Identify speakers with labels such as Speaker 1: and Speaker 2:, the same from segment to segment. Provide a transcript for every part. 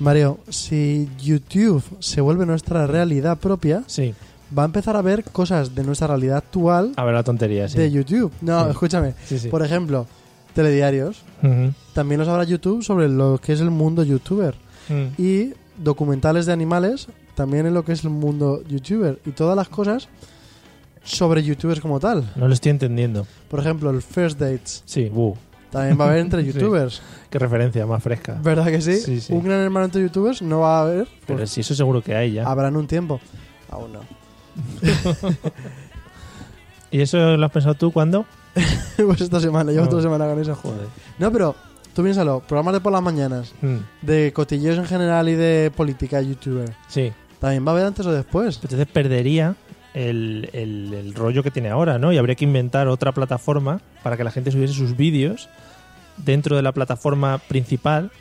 Speaker 1: Mario, si YouTube se vuelve nuestra realidad propia,
Speaker 2: Sí.
Speaker 1: va a empezar a ver cosas de nuestra realidad actual
Speaker 2: A ver la tontería, Ah, sí.
Speaker 1: de YouTube. No,
Speaker 2: Sí.
Speaker 1: escúchame.
Speaker 2: Sí, sí.
Speaker 1: Por ejemplo, telediarios.
Speaker 2: Ujú.
Speaker 1: También los habrá YouTube sobre lo que es el mundo youtuber.
Speaker 2: Mm.
Speaker 1: Y documentales de animales también en lo que es el mundo youtuber. Y todas las cosas sobre youtubers como tal.
Speaker 2: No lo estoy entendiendo.
Speaker 1: Por ejemplo, el First Dates
Speaker 2: Sí, buh.
Speaker 1: también va a haber entre
Speaker 2: Sí.
Speaker 1: youtubers.
Speaker 2: Qué referencia más fresca.
Speaker 1: ¿Verdad que sí?
Speaker 2: Sí, sí.
Speaker 1: Un gran hermano entre youtubers no va a haber.
Speaker 2: Pero
Speaker 1: pues,
Speaker 2: sí, eso seguro que hay ya.
Speaker 1: Habrán un tiempo. Aún no.
Speaker 2: ¿Y eso lo has pensado tú cuándo?
Speaker 1: pues esta semana, llevo
Speaker 2: No.
Speaker 1: toda semana con eso.
Speaker 2: Joder.
Speaker 1: No, pero tú piénsalo, programas de por las mañanas,
Speaker 2: Mm.
Speaker 1: de cotilleos en general y de política youtuber.
Speaker 2: Sí.
Speaker 1: También va a haber antes o después.
Speaker 2: Entonces perdería el, el- el rollo que tiene ahora, ¿no? Y habría que inventar otra plataforma para que la gente subiese sus vídeos dentro de la plataforma principal,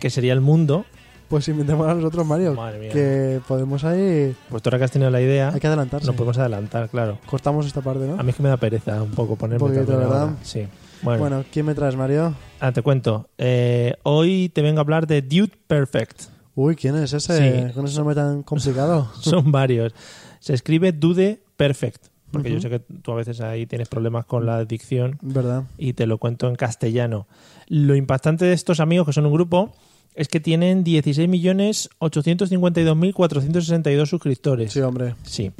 Speaker 2: que sería el mundo.
Speaker 1: Pues inventemos a nosotros, Mario,
Speaker 2: Madre mía.
Speaker 1: que podemos ahí...
Speaker 2: Pues tú ahora que has tenido la idea,
Speaker 1: Hay que adelantarse.
Speaker 2: nos podemos adelantar, claro.
Speaker 1: Cortamos esta parte, ¿no?
Speaker 2: A mí es que me da pereza un poco ponerme
Speaker 1: poquito,
Speaker 2: también ahora.
Speaker 1: ¿verdad?
Speaker 2: Sí.
Speaker 1: Bueno, ¿quién me traes, Mario?
Speaker 2: Ah, te cuento. Eh, hoy te vengo a hablar de Dude Perfect.
Speaker 1: Uy, ¿quién es ese?
Speaker 2: Sí.
Speaker 1: Con ese nombre tan complicado.
Speaker 2: Son varios. Se escribe Dude Perfect. Porque yo
Speaker 1: Ujú.
Speaker 2: sé que tú a veces ahí tienes problemas con la adicción
Speaker 1: ¿Verdad?
Speaker 2: y te lo cuento en castellano. Lo impactante de estos amigos, que son un grupo, es que tienen 16.852.462 suscriptores.
Speaker 1: Sí, hombre.
Speaker 2: Sí.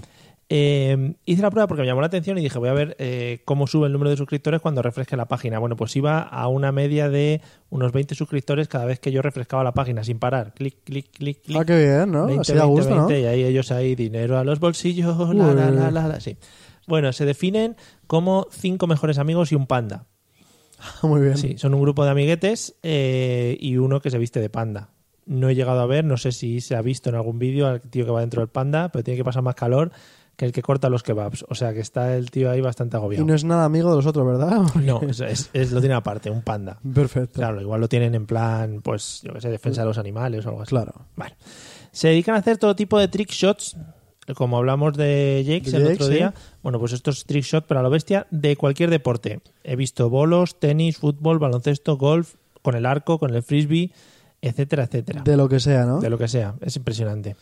Speaker 2: Eh, hice la prueba porque me llamó la atención y dije, voy a ver eh, cómo sube el número de suscriptores cuando refresque la página. Bueno, pues iba a una media de unos 20 suscriptores cada vez que yo refrescaba la página sin parar. Clic, clic, clic, clic.
Speaker 1: Ah, qué bien, ¿no?
Speaker 2: 20,
Speaker 1: Así da
Speaker 2: 20,
Speaker 1: gusto, ¿no?
Speaker 2: 20, Y ahí ellos ahí, dinero a los bolsillos, la, la, la, la, la, sí. Bueno, se definen como cinco mejores amigos y un panda.
Speaker 1: Muy bien.
Speaker 2: Sí, son un grupo de amiguetes eh, y uno que se viste de panda. No he llegado a ver, no sé si se ha visto en algún vídeo al tío que va dentro del panda, pero tiene que pasar más calor que el que corta los kebabs. O sea que está el tío ahí
Speaker 1: Y
Speaker 2: bastante agobiado.
Speaker 1: no es nada amigo de los otros, ¿verdad?
Speaker 2: No, es- es- es- lo tiene aparte, un panda.
Speaker 1: Perfecto.
Speaker 2: Claro, igual lo tienen en plan, pues, yo qué sé, defensa de los animales o algo así.
Speaker 1: Claro.
Speaker 2: Bueno, se dedican a hacer todo tipo de trick shots, como hablamos de Jakes
Speaker 1: De
Speaker 2: el
Speaker 1: Jakes,
Speaker 2: otro
Speaker 1: sí.
Speaker 2: día. Bueno, pues estos trick shots para la bestia de cualquier deporte. He visto bolos, tenis, fútbol, baloncesto, golf, con el arco, con el frisbee, etcétera, etcétera.
Speaker 1: De lo que sea, ¿no?
Speaker 2: De lo que sea, es impresionante.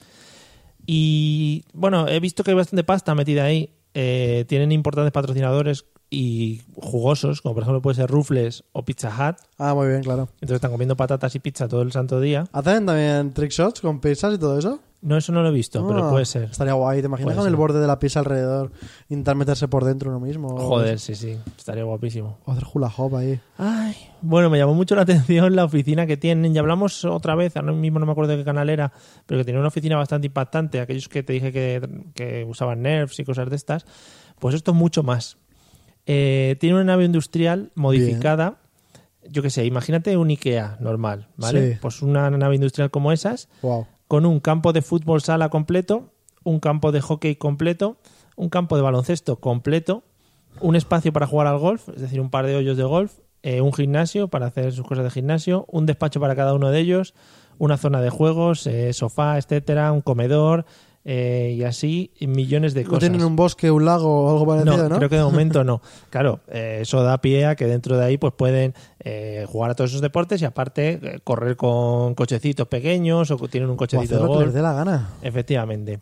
Speaker 2: Y bueno, he visto que hay bastante pasta metida ahí. Eh, tienen importantes patrocinadores y jugosos, como por ejemplo puede ser Rufles o Pizza Hut.
Speaker 1: Ah, muy bien, claro.
Speaker 2: Entonces están comiendo patatas y pizza todo el santo día.
Speaker 1: ¿Hacen también trick shots con pizzas y todo eso?
Speaker 2: No, eso no lo he visto, pero
Speaker 1: Ah,
Speaker 2: puede ser.
Speaker 1: Estaría guay, ¿te imaginas
Speaker 2: Puede
Speaker 1: con el
Speaker 2: ser.
Speaker 1: borde de la pizza alrededor? Intentar meterse por dentro uno mismo. o-
Speaker 2: Joder, sí, sí, estaría guapísimo.
Speaker 1: O hacer hula hop ahí.
Speaker 2: Ay, bueno, me llamó mucho la atención la oficina que tienen. Ya hablamos otra vez, ahora mismo no me acuerdo de qué canal era, pero que tenía una oficina bastante impactante. Aquellos que te dije que, que usaban nerfs y cosas de estas, pues esto es mucho más. Eh, tiene una nave industrial modificada. Yo qué sé, imagínate un IKEA normal, ¿vale?
Speaker 1: Sí.
Speaker 2: Pues una nave industrial como esas,
Speaker 1: Wow.
Speaker 2: con un campo de fútbol sala completo, un campo de hockey completo, un campo de baloncesto completo, un espacio para jugar al golf, es decir, un par de hoyos de golf, eh, un gimnasio para hacer sus cosas de gimnasio, un despacho para cada uno de ellos, una zona de juegos, eh, sofá, etcétera, un comedor eh, y así millones de
Speaker 1: ¿No
Speaker 2: cosas.
Speaker 1: tienen un bosque, un lago o algo parecido, no?
Speaker 2: creo que de momento no. Claro, eh, eso da pie a que dentro de ahí pues pueden eh, jugar a todos esos deportes y aparte eh, correr con cochecitos pequeños o que tienen un
Speaker 1: O
Speaker 2: cochecito
Speaker 1: hacer
Speaker 2: de
Speaker 1: lo que
Speaker 2: golf.
Speaker 1: les dé la gana.
Speaker 2: Efectivamente.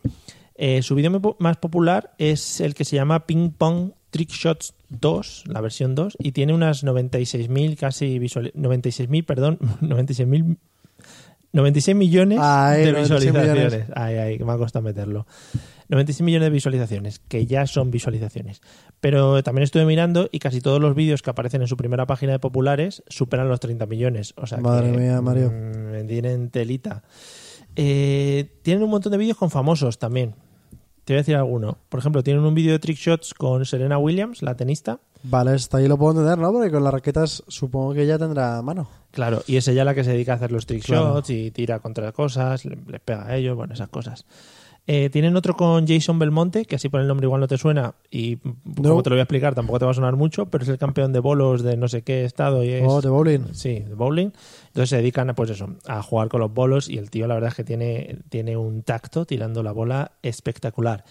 Speaker 2: Eh, su vídeo mo- más popular es el que se llama Ping Pong Trick Shots 2, la versión 2, y tiene unas 96.000 casi visualizaciones. 96.000, perdón, 96.000. 96 millones
Speaker 1: Ay,
Speaker 2: de
Speaker 1: 96 millones.
Speaker 2: visualizaciones. Ay, ay, que me ha costado meterlo. 96 millones de visualizaciones, que ya son visualizaciones. Pero también estuve mirando y casi todos los vídeos que aparecen en su primera página de populares superan los 30 millones. O sea
Speaker 1: Madre
Speaker 2: que,
Speaker 1: mía, Mario.
Speaker 2: mm, me tienen telita. Eh, tienen un montón de vídeos con famosos también. Te voy a decir alguno. Por ejemplo, tienen un vídeo de trick shots con Serena Williams, la tenista.
Speaker 1: Vale, hasta ahí lo puedo entender, ¿no? Porque con las raquetas supongo que ya tendrá mano.
Speaker 2: Claro, y es ella la que se dedica a hacer los trick
Speaker 1: Claro.
Speaker 2: shots y tira contra cosas, le- les pega a ellos, bueno, esas cosas. Eh, tienen otro con Jason Belmonte, que así por el nombre igual no te suena y mm,
Speaker 1: No.
Speaker 2: como te lo voy a explicar tampoco te va a sonar mucho, pero es el campeón de bolos de no sé qué estado y es...
Speaker 1: Oh, de bowling.
Speaker 2: Sí, de bowling. Entonces se dedican a, pues eso, a jugar con los bolos y el tío la verdad es que tiene, tiene un tacto tirando la bola espectacular.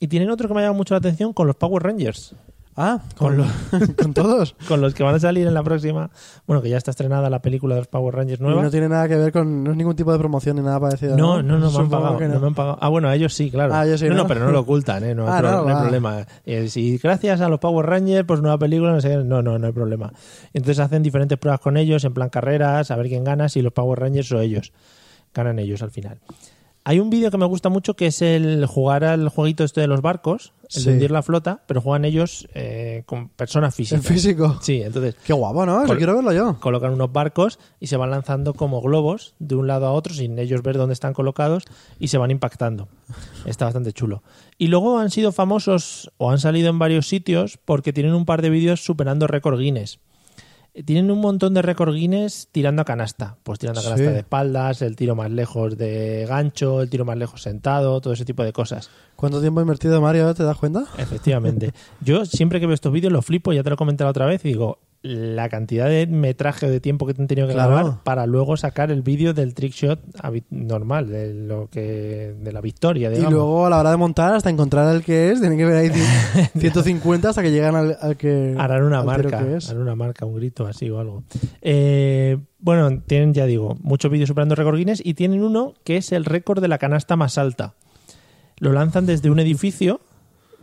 Speaker 2: Y tienen otro que me ha llamado mucho la atención con los Power Rangers,
Speaker 1: Ah,
Speaker 2: con
Speaker 1: con, con todos.
Speaker 2: con los que van a salir en la próxima. Bueno, que ya está estrenada la película de los Power Rangers
Speaker 1: Y
Speaker 2: nueva.
Speaker 1: no tiene nada que ver con. No es ningún tipo de promoción ni nada parecido.
Speaker 2: No, no, no, me han
Speaker 1: Supongo
Speaker 2: pagado,
Speaker 1: que
Speaker 2: no.
Speaker 1: no.
Speaker 2: me han pagado. Ah, bueno, a ellos sí, claro.
Speaker 1: Ah, ellos sí,
Speaker 2: no,
Speaker 1: ¿no?
Speaker 2: pero no lo ocultan, ¿eh? No, hay
Speaker 1: Ah,
Speaker 2: pro-
Speaker 1: no,
Speaker 2: no hay
Speaker 1: ah.
Speaker 2: problema. Eh, si gracias a los Power Rangers, pues nueva película, no sé qué. No, no, no hay problema. Entonces hacen diferentes pruebas con ellos, en plan carreras, a ver quién gana, si los Power Rangers o ellos. Ganan ellos al final. Hay un vídeo que me gusta mucho que es el jugar al jueguito este de los barcos, el
Speaker 1: Sí.
Speaker 2: de hundir la flota, pero juegan ellos eh, con personas
Speaker 1: En
Speaker 2: físicas.
Speaker 1: físico.
Speaker 2: Sí, entonces
Speaker 1: Qué guapo, ¿no? Eso
Speaker 2: Con-
Speaker 1: quiero verlo yo.
Speaker 2: colocan unos barcos y se van lanzando como globos de un lado a otro sin ellos ver dónde están colocados y se van impactando. Está bastante chulo. Y luego han sido famosos o han salido en varios sitios porque tienen un par de vídeos superando récord Guinness. Eh, Tienen un montón de récord Guinness tirando a canasta. Pues tirando a canasta
Speaker 1: Sí.
Speaker 2: de espaldas, el tiro más lejos de gancho, el tiro más lejos sentado, todo ese tipo de cosas.
Speaker 1: ¿Cuánto tiempo ha invertido Mario? ¿Te das cuenta?
Speaker 2: Efectivamente. Yo siempre que veo estos vídeos los flipo, ya te lo he comentado otra vez, y digo, la cantidad de metraje o de tiempo que te han tenido que
Speaker 1: Claro.
Speaker 2: grabar para luego sacar el vídeo del trick shot habi- normal, de lo que de la victoria, digamos.
Speaker 1: Y luego a la hora de montar, hasta encontrar el que es, tienen que ver ahí cien- 150 hasta que llegan al, al que.
Speaker 2: harán una
Speaker 1: al tiro
Speaker 2: marca,
Speaker 1: que es.
Speaker 2: harán una marca, un grito así o algo. Eh, bueno, tienen, ya digo, muchos vídeos superando récord Guinness y tienen uno que es el récord de la canasta más alta. Lo lanzan desde un edificio,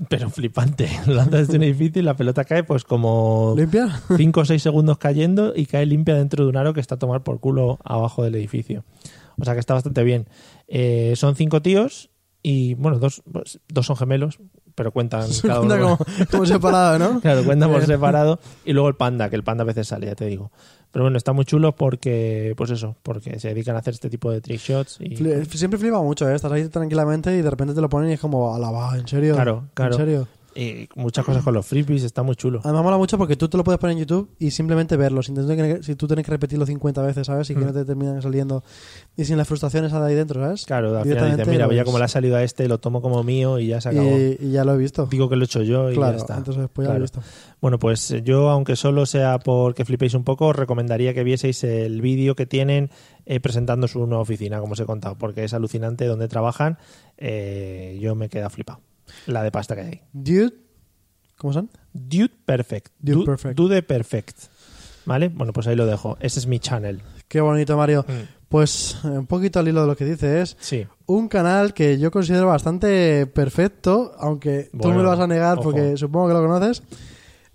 Speaker 2: pero flipante. Lo lanzan desde un edificio y la pelota cae pues como
Speaker 1: ¿Limpia?
Speaker 2: 5 o 6 segundos cayendo y cae limpia dentro de un aro que está a tomar por culo abajo del edificio. O sea que está bastante bien. Eh, son cinco tíos y, bueno, dos, pues, dos son gemelos, pero cuentan cada uno.
Speaker 1: Cuenta como, Eh. como separado, ¿no?
Speaker 2: Claro, cuentan por separado. Y luego el panda, que el panda a veces sale, ya te digo. Pero bueno, está muy chulo porque, pues eso, porque se dedican a hacer este tipo de trick shots. Y,
Speaker 1: Fli- Siempre flipa mucho, ¿eh? Estás ahí tranquilamente y de repente te lo ponen y es como, ala, va, ¿en serio?
Speaker 2: Claro, claro.
Speaker 1: ¿En serio?
Speaker 2: y muchas cosas con los frisbees, está muy chulo.
Speaker 1: Además mola mucho porque tú te lo puedes poner en YouTube y simplemente verlo. Sin tener que- si tú tienes que repetirlo 50 veces, ¿sabes? Y que
Speaker 2: Mm.
Speaker 1: no te terminan saliendo. Y sin las frustraciones de ahí dentro, ¿sabes?
Speaker 2: Claro, al final
Speaker 1: Directamente
Speaker 2: dices, mira,
Speaker 1: lo
Speaker 2: ya
Speaker 1: ves.
Speaker 2: como le ha salido a este, lo tomo como mío y ya se acabó.
Speaker 1: Y, y ya lo he visto.
Speaker 2: Digo que lo he hecho yo y
Speaker 1: claro,
Speaker 2: ya está.
Speaker 1: entonces después ya lo he
Speaker 2: Claro.
Speaker 1: visto.
Speaker 2: Bueno, pues eh, yo, aunque solo sea porque flipéis un poco, os recomendaría que vieseis el vídeo que tienen eh, presentando su nueva oficina, como os he contado, porque es alucinante donde trabajan. Eh, yo me he quedado flipado. La de pasta que hay.
Speaker 1: Dude, ¿cómo son?
Speaker 2: Dude Perfect.
Speaker 1: Dude
Speaker 2: Du-
Speaker 1: Perfect.
Speaker 2: Dude Perfect. ¿Vale? Bueno, pues ahí lo dejo. Ese es mi channel.
Speaker 1: Qué bonito, Mario. Pues eh, un poquito al hilo de lo que dices, es
Speaker 2: Sí.
Speaker 1: un canal que yo considero bastante perfecto, aunque tú
Speaker 2: Bueno,
Speaker 1: me lo vas a negar
Speaker 2: ojo.
Speaker 1: porque supongo que lo conoces,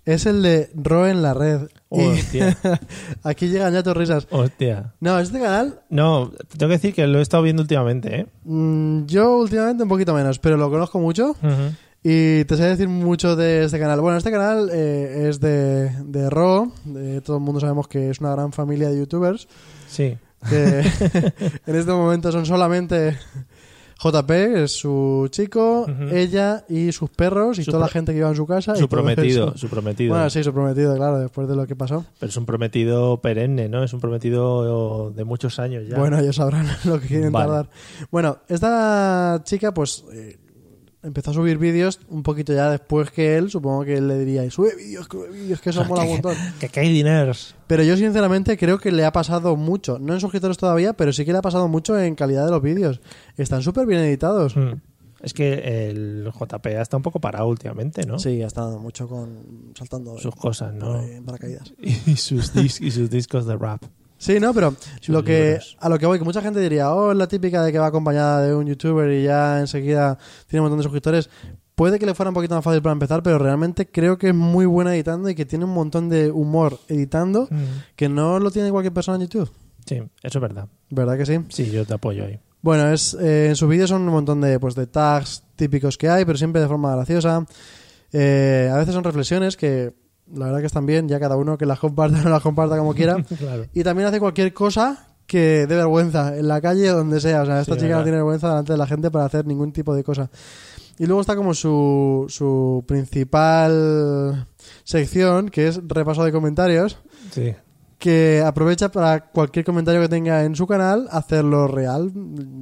Speaker 1: es el de Ro en la red. Y
Speaker 2: Hostia.
Speaker 1: aquí llegan ya tus risas.
Speaker 2: Hostia.
Speaker 1: No, este canal
Speaker 2: No, te tengo que decir que lo he estado viendo últimamente, ¿eh?
Speaker 1: mm, yo últimamente un poquito menos, pero lo conozco mucho
Speaker 2: Ujú.
Speaker 1: y te sé decir mucho de este canal. Bueno, este canal eh, es de, de Ro, de- todo el mundo sabemos que es una gran familia de youtubers.
Speaker 2: Sí.
Speaker 1: que en este momento son solamente JP, que es su chico,
Speaker 2: Ujú.
Speaker 1: ella y sus perros y
Speaker 2: Su
Speaker 1: toda la
Speaker 2: pro-
Speaker 1: gente que iba en su casa. Ah, y
Speaker 2: Su
Speaker 1: todo
Speaker 2: prometido,
Speaker 1: eso.
Speaker 2: su prometido.
Speaker 1: Bueno, sí, su prometido, claro, después de lo que pasó.
Speaker 2: Pero es un prometido perenne, ¿no? Es un prometido de muchos años ya.
Speaker 1: Bueno, ellos sabrán lo que quieren
Speaker 2: Vale.
Speaker 1: tardar. Bueno, esta chica, pues. eh, Empezó a subir vídeos un poquito ya después que él, supongo que él le diría, sube vídeos, sube vídeos, que eso mola un montón.
Speaker 2: Que, que hay diners.
Speaker 1: Pero yo sinceramente creo que le ha pasado mucho, no en suscriptores todavía, pero sí que le ha pasado mucho en calidad de los vídeos. Están súper bien editados.
Speaker 2: Hmm. Es que el JPA está un poco parado últimamente, ¿no?
Speaker 1: Sí, ha estado mucho con saltando
Speaker 2: Sus cosas,
Speaker 1: por
Speaker 2: ¿no?
Speaker 1: ahí en paracaídas.
Speaker 2: Y sus, dis- y sus discos de rap.
Speaker 1: Sí, no, pero lo que,
Speaker 2: libros.
Speaker 1: a lo que voy, que mucha gente diría, oh, es la típica de que va acompañada de un youtuber y ya enseguida tiene un montón de suscriptores. Puede que le fuera un poquito más fácil para empezar, pero realmente creo que es muy buena editando y que tiene un montón de humor editando que no lo tiene cualquier persona en YouTube.
Speaker 2: Sí, eso es verdad.
Speaker 1: ¿Verdad que sí?
Speaker 2: Sí, yo te apoyo ahí.
Speaker 1: Bueno, es, eh, en sus vídeos son un montón de, pues, de tags típicos que hay, pero siempre de forma graciosa. Eh, a veces son reflexiones que la verdad que están bien, ya cada uno que las comparta o no las comparta como quiera.
Speaker 2: Claro.
Speaker 1: y también hace cualquier cosa que dé vergüenza, en la calle o donde sea. O sea, esta
Speaker 2: Sí,
Speaker 1: chica
Speaker 2: verdad.
Speaker 1: no tiene vergüenza delante de la gente para hacer ningún tipo de cosa. Y luego está como su, su principal sección, que es repaso de comentarios
Speaker 2: Sí.
Speaker 1: que aprovecha para cualquier comentario que tenga en su canal hacerlo real.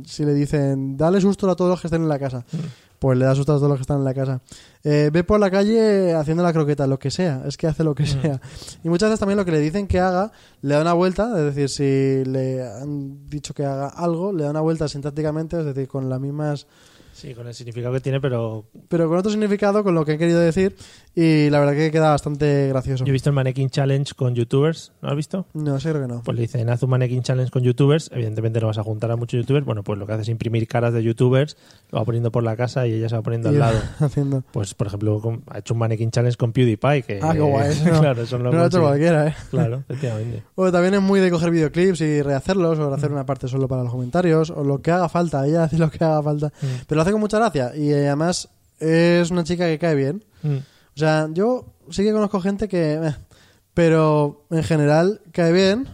Speaker 1: Si le dicen, dale susto a todos los que estén en la casa,
Speaker 2: Mm.
Speaker 1: pues le da susto a todos los que están en la casa. Eh, ve por la calle haciendo la croqueta, lo que sea, es que hace
Speaker 2: Mm.
Speaker 1: lo que sea. Y muchas veces también lo que le dicen que haga, le da una vuelta, es decir, si le han dicho que haga algo, le da una vuelta sintácticamente, es decir, con las mismas
Speaker 2: Sí, con el significado que tiene, pero
Speaker 1: pero con otro significado, con lo que han querido decir, y la verdad que queda bastante gracioso.
Speaker 2: yo he visto el Mannequin Challenge con youtubers. ¿No has visto?
Speaker 1: No, sí, creo que no.
Speaker 2: Pues le dicen, haz un Mannequin Challenge con youtubers. Evidentemente no vas a juntar a muchos youtubers. Bueno, pues lo que hace es imprimir caras de youtubers, lo va poniendo por la casa y ella se va poniendo
Speaker 1: Y
Speaker 2: al lado.
Speaker 1: haciendo.
Speaker 2: Pues, por ejemplo, con- ha hecho un Mannequin Challenge con PewDiePie. Que,
Speaker 1: Ah, qué guay, eso no-
Speaker 2: claro, eso no
Speaker 1: No
Speaker 2: lo
Speaker 1: lo ha hecho
Speaker 2: consigue.
Speaker 1: cualquiera, ¿eh?
Speaker 2: Claro, efectivamente.
Speaker 1: O también es muy de coger videoclips y rehacerlos, o hacer una parte solo para los comentarios, o lo que haga falta. Ella hace lo que haga falta.
Speaker 2: Mm.
Speaker 1: Pero lo hace con mucha gracia, y eh, además es una chica que cae bien.
Speaker 2: Mm.
Speaker 1: O sea, yo sí que conozco gente que. eh, pero en general cae bien.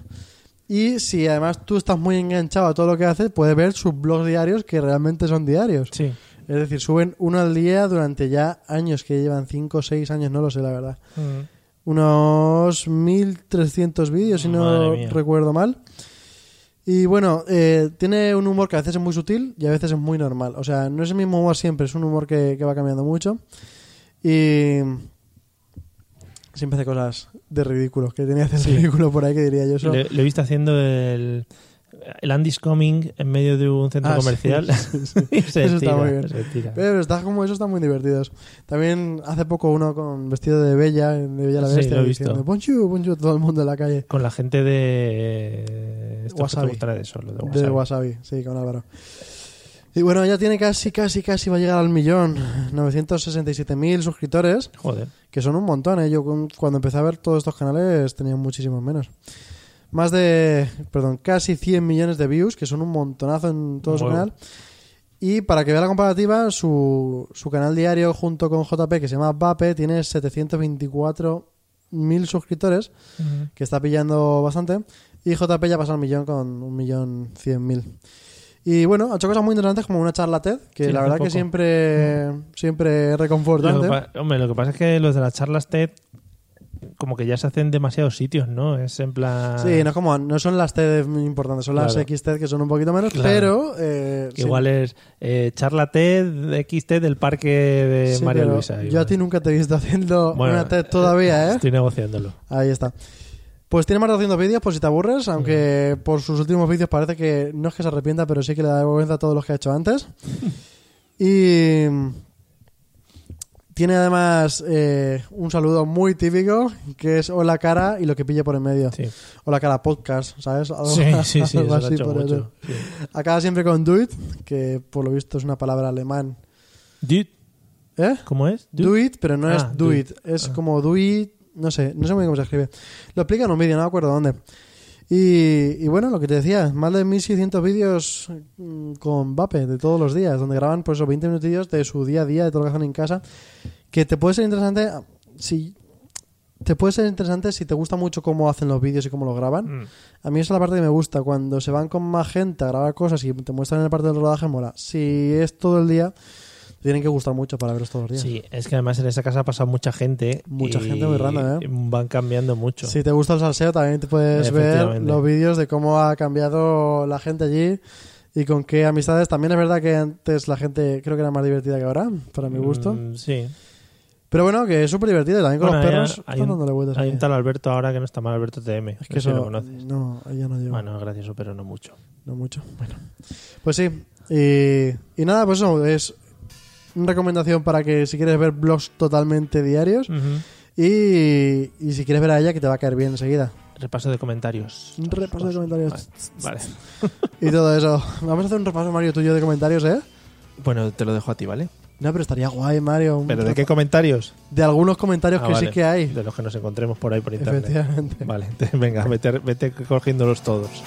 Speaker 1: Y si además tú estás muy enganchado a todo lo que haces, puedes ver sus blogs diarios que realmente son diarios.
Speaker 2: Sí.
Speaker 1: Es decir, suben uno al día durante ya años, que llevan 5 o 6 años, no lo sé la verdad.
Speaker 2: Mm.
Speaker 1: Unos 1300 vídeos, si no
Speaker 2: Madre mía.
Speaker 1: recuerdo mal. Y bueno, eh, tiene un humor que a veces es muy sutil y a veces es muy normal. O sea, no es el mismo humor siempre, es un humor que, que va cambiando mucho. Y siempre hace cosas de ridículos, que tenía que hacer ridículo por ahí, que diría yo eso.
Speaker 2: Le- lo he visto haciendo el, el Andy's Coming en medio de un centro
Speaker 1: Ah, sí,
Speaker 2: comercial.
Speaker 1: sí, sí.
Speaker 2: Y se
Speaker 1: Eso está
Speaker 2: tira,
Speaker 1: muy bien. Eh,
Speaker 2: se tira.
Speaker 1: Pero está como eso están muy divertidos. También hace poco uno con vestido de Bella, de Bella la
Speaker 2: Sí,
Speaker 1: Bestia,
Speaker 2: lo he visto.
Speaker 1: diciendo "Bonjour, bonjour", todo el mundo en la calle.
Speaker 2: Con la gente de... Esto que te
Speaker 1: Wasabi.
Speaker 2: gustará de eso, lo de
Speaker 1: De
Speaker 2: Wasabi.
Speaker 1: Wasabi, sí, con Álvaro. Y bueno, ya tiene casi, casi, casi va a llegar al millón. 967.000 suscriptores,
Speaker 2: Joder.
Speaker 1: que son un montón, ¿eh? Yo cu- cuando empecé a ver todos estos canales tenía muchísimos menos. Más de, perdón, casi 100 millones de views, que son un montonazo en todo su
Speaker 2: Wow.
Speaker 1: canal. Y para que vea la comparativa, su, su canal diario junto con JP, que se llama Vape, tiene 724.000 suscriptores que está pillando bastante. Y JP ya pasa al millón con un millón cien mil. Y bueno, ha hecho cosas muy interesantes como una charla TED, que
Speaker 2: Sí,
Speaker 1: la
Speaker 2: hace
Speaker 1: verdad que
Speaker 2: poco. Mm.
Speaker 1: siempre, siempre es
Speaker 2: Lo que
Speaker 1: reconfortante.
Speaker 2: pa- hombre, lo que pasa es que los de las charlas TED como que ya se hacen en demasiados sitios, ¿no? Es en plan...
Speaker 1: Sí, no, es como, no son las TED muy importantes, son las
Speaker 2: Claro.
Speaker 1: X TED que son un poquito menos,
Speaker 2: Claro.
Speaker 1: pero... eh,
Speaker 2: que
Speaker 1: sí.
Speaker 2: Igual es eh, charla TED, XT del parque de
Speaker 1: Sí,
Speaker 2: María
Speaker 1: pero
Speaker 2: Luisa.
Speaker 1: Yo a ti nunca te he visto haciendo
Speaker 2: Bueno,
Speaker 1: una TED todavía, ¿eh?
Speaker 2: Estoy negociándolo.
Speaker 1: Ahí está. Pues tiene más de 200 vídeos, por si te aburres, aunque por sus últimos vídeos parece que no es que se arrepienta, pero sí que le da vergüenza a todos los que ha hecho antes. Y mm, tiene además eh, un saludo muy típico, que es hola cara y lo que pilla por en medio.
Speaker 2: Sí,
Speaker 1: Hola cara podcast, ¿sabes? Algo-
Speaker 2: sí, sí, sí,
Speaker 1: algo
Speaker 2: eso lo ha
Speaker 1: así
Speaker 2: hecho
Speaker 1: por eso.
Speaker 2: mucho. Sí.
Speaker 1: Acaba siempre con duit, que por lo visto es una palabra alemán.
Speaker 2: Dude,
Speaker 1: ¿Eh?
Speaker 2: ¿Cómo es?
Speaker 1: Do it, pero no
Speaker 2: Ah,
Speaker 1: es do
Speaker 2: do
Speaker 1: it. Es como do it, no sé, no sé muy bien cómo se escribe. Lo explica en un vídeo, no me acuerdo dónde. Y, y bueno, lo que te decía, más de 1600 vídeos mm, con Vape de todos los días, donde graban pues esos 20 minutillos de su día a día, de todo lo que hacen en casa, que te puede ser interesante ah, si te puede ser interesante si te gusta mucho cómo hacen los vídeos y cómo los graban.
Speaker 2: Mm.
Speaker 1: A mí esa es la parte que me gusta, cuando se van con más gente a grabar cosas y te muestran en la parte del rodaje mola. Si es todo el día, te tienen que gustar mucho para verlos todos los días.
Speaker 2: Sí, es que además en esa casa pasa mucha gente.
Speaker 1: Mucha
Speaker 2: y
Speaker 1: gente muy random, ¿eh?
Speaker 2: Van cambiando mucho.
Speaker 1: Si te gusta el salseo, también te puedes ver
Speaker 2: Efectivamente.
Speaker 1: los vídeos de cómo ha cambiado la gente allí y con qué amistades. También es verdad que antes la gente creo que era más divertida que ahora, para mi gusto.
Speaker 2: Mm, sí.
Speaker 1: Pero bueno, que es súper divertido. También con
Speaker 2: Bueno,
Speaker 1: los
Speaker 2: hay-
Speaker 1: perros
Speaker 2: hay
Speaker 1: están
Speaker 2: un-
Speaker 1: dándole vueltas.
Speaker 2: Hay
Speaker 1: ahí.
Speaker 2: un tal Alberto ahora que no está mal, Alberto TM.
Speaker 1: eh, es que eso
Speaker 2: no lo conoces.
Speaker 1: No, ahí ya no llevo.
Speaker 2: Bueno, es gracioso, pero no mucho.
Speaker 1: No mucho. Bueno. Pues sí. Y, y nada, pues eso es una recomendación para que si quieres ver blogs totalmente diarios
Speaker 2: Ujú.
Speaker 1: y, y si quieres ver a ella que te va a caer bien enseguida.
Speaker 2: Repaso de comentarios.
Speaker 1: Un repaso de comentarios.
Speaker 2: Vale.
Speaker 1: Y todo eso. Vamos a hacer un repaso, Mario, tuyo de comentarios, ¿eh?
Speaker 2: Bueno, te lo dejo a ti, ¿vale?
Speaker 1: No, pero estaría guay, Mario. un
Speaker 2: ¿Pero de
Speaker 1: repa-
Speaker 2: qué comentarios?
Speaker 1: De algunos comentarios
Speaker 2: Ah,
Speaker 1: que sí
Speaker 2: vale.
Speaker 1: que hay.
Speaker 2: De los que nos encontremos por ahí por internet.
Speaker 1: Efectivamente.
Speaker 2: Vale, te- venga, vete, vete cogiéndolos todos.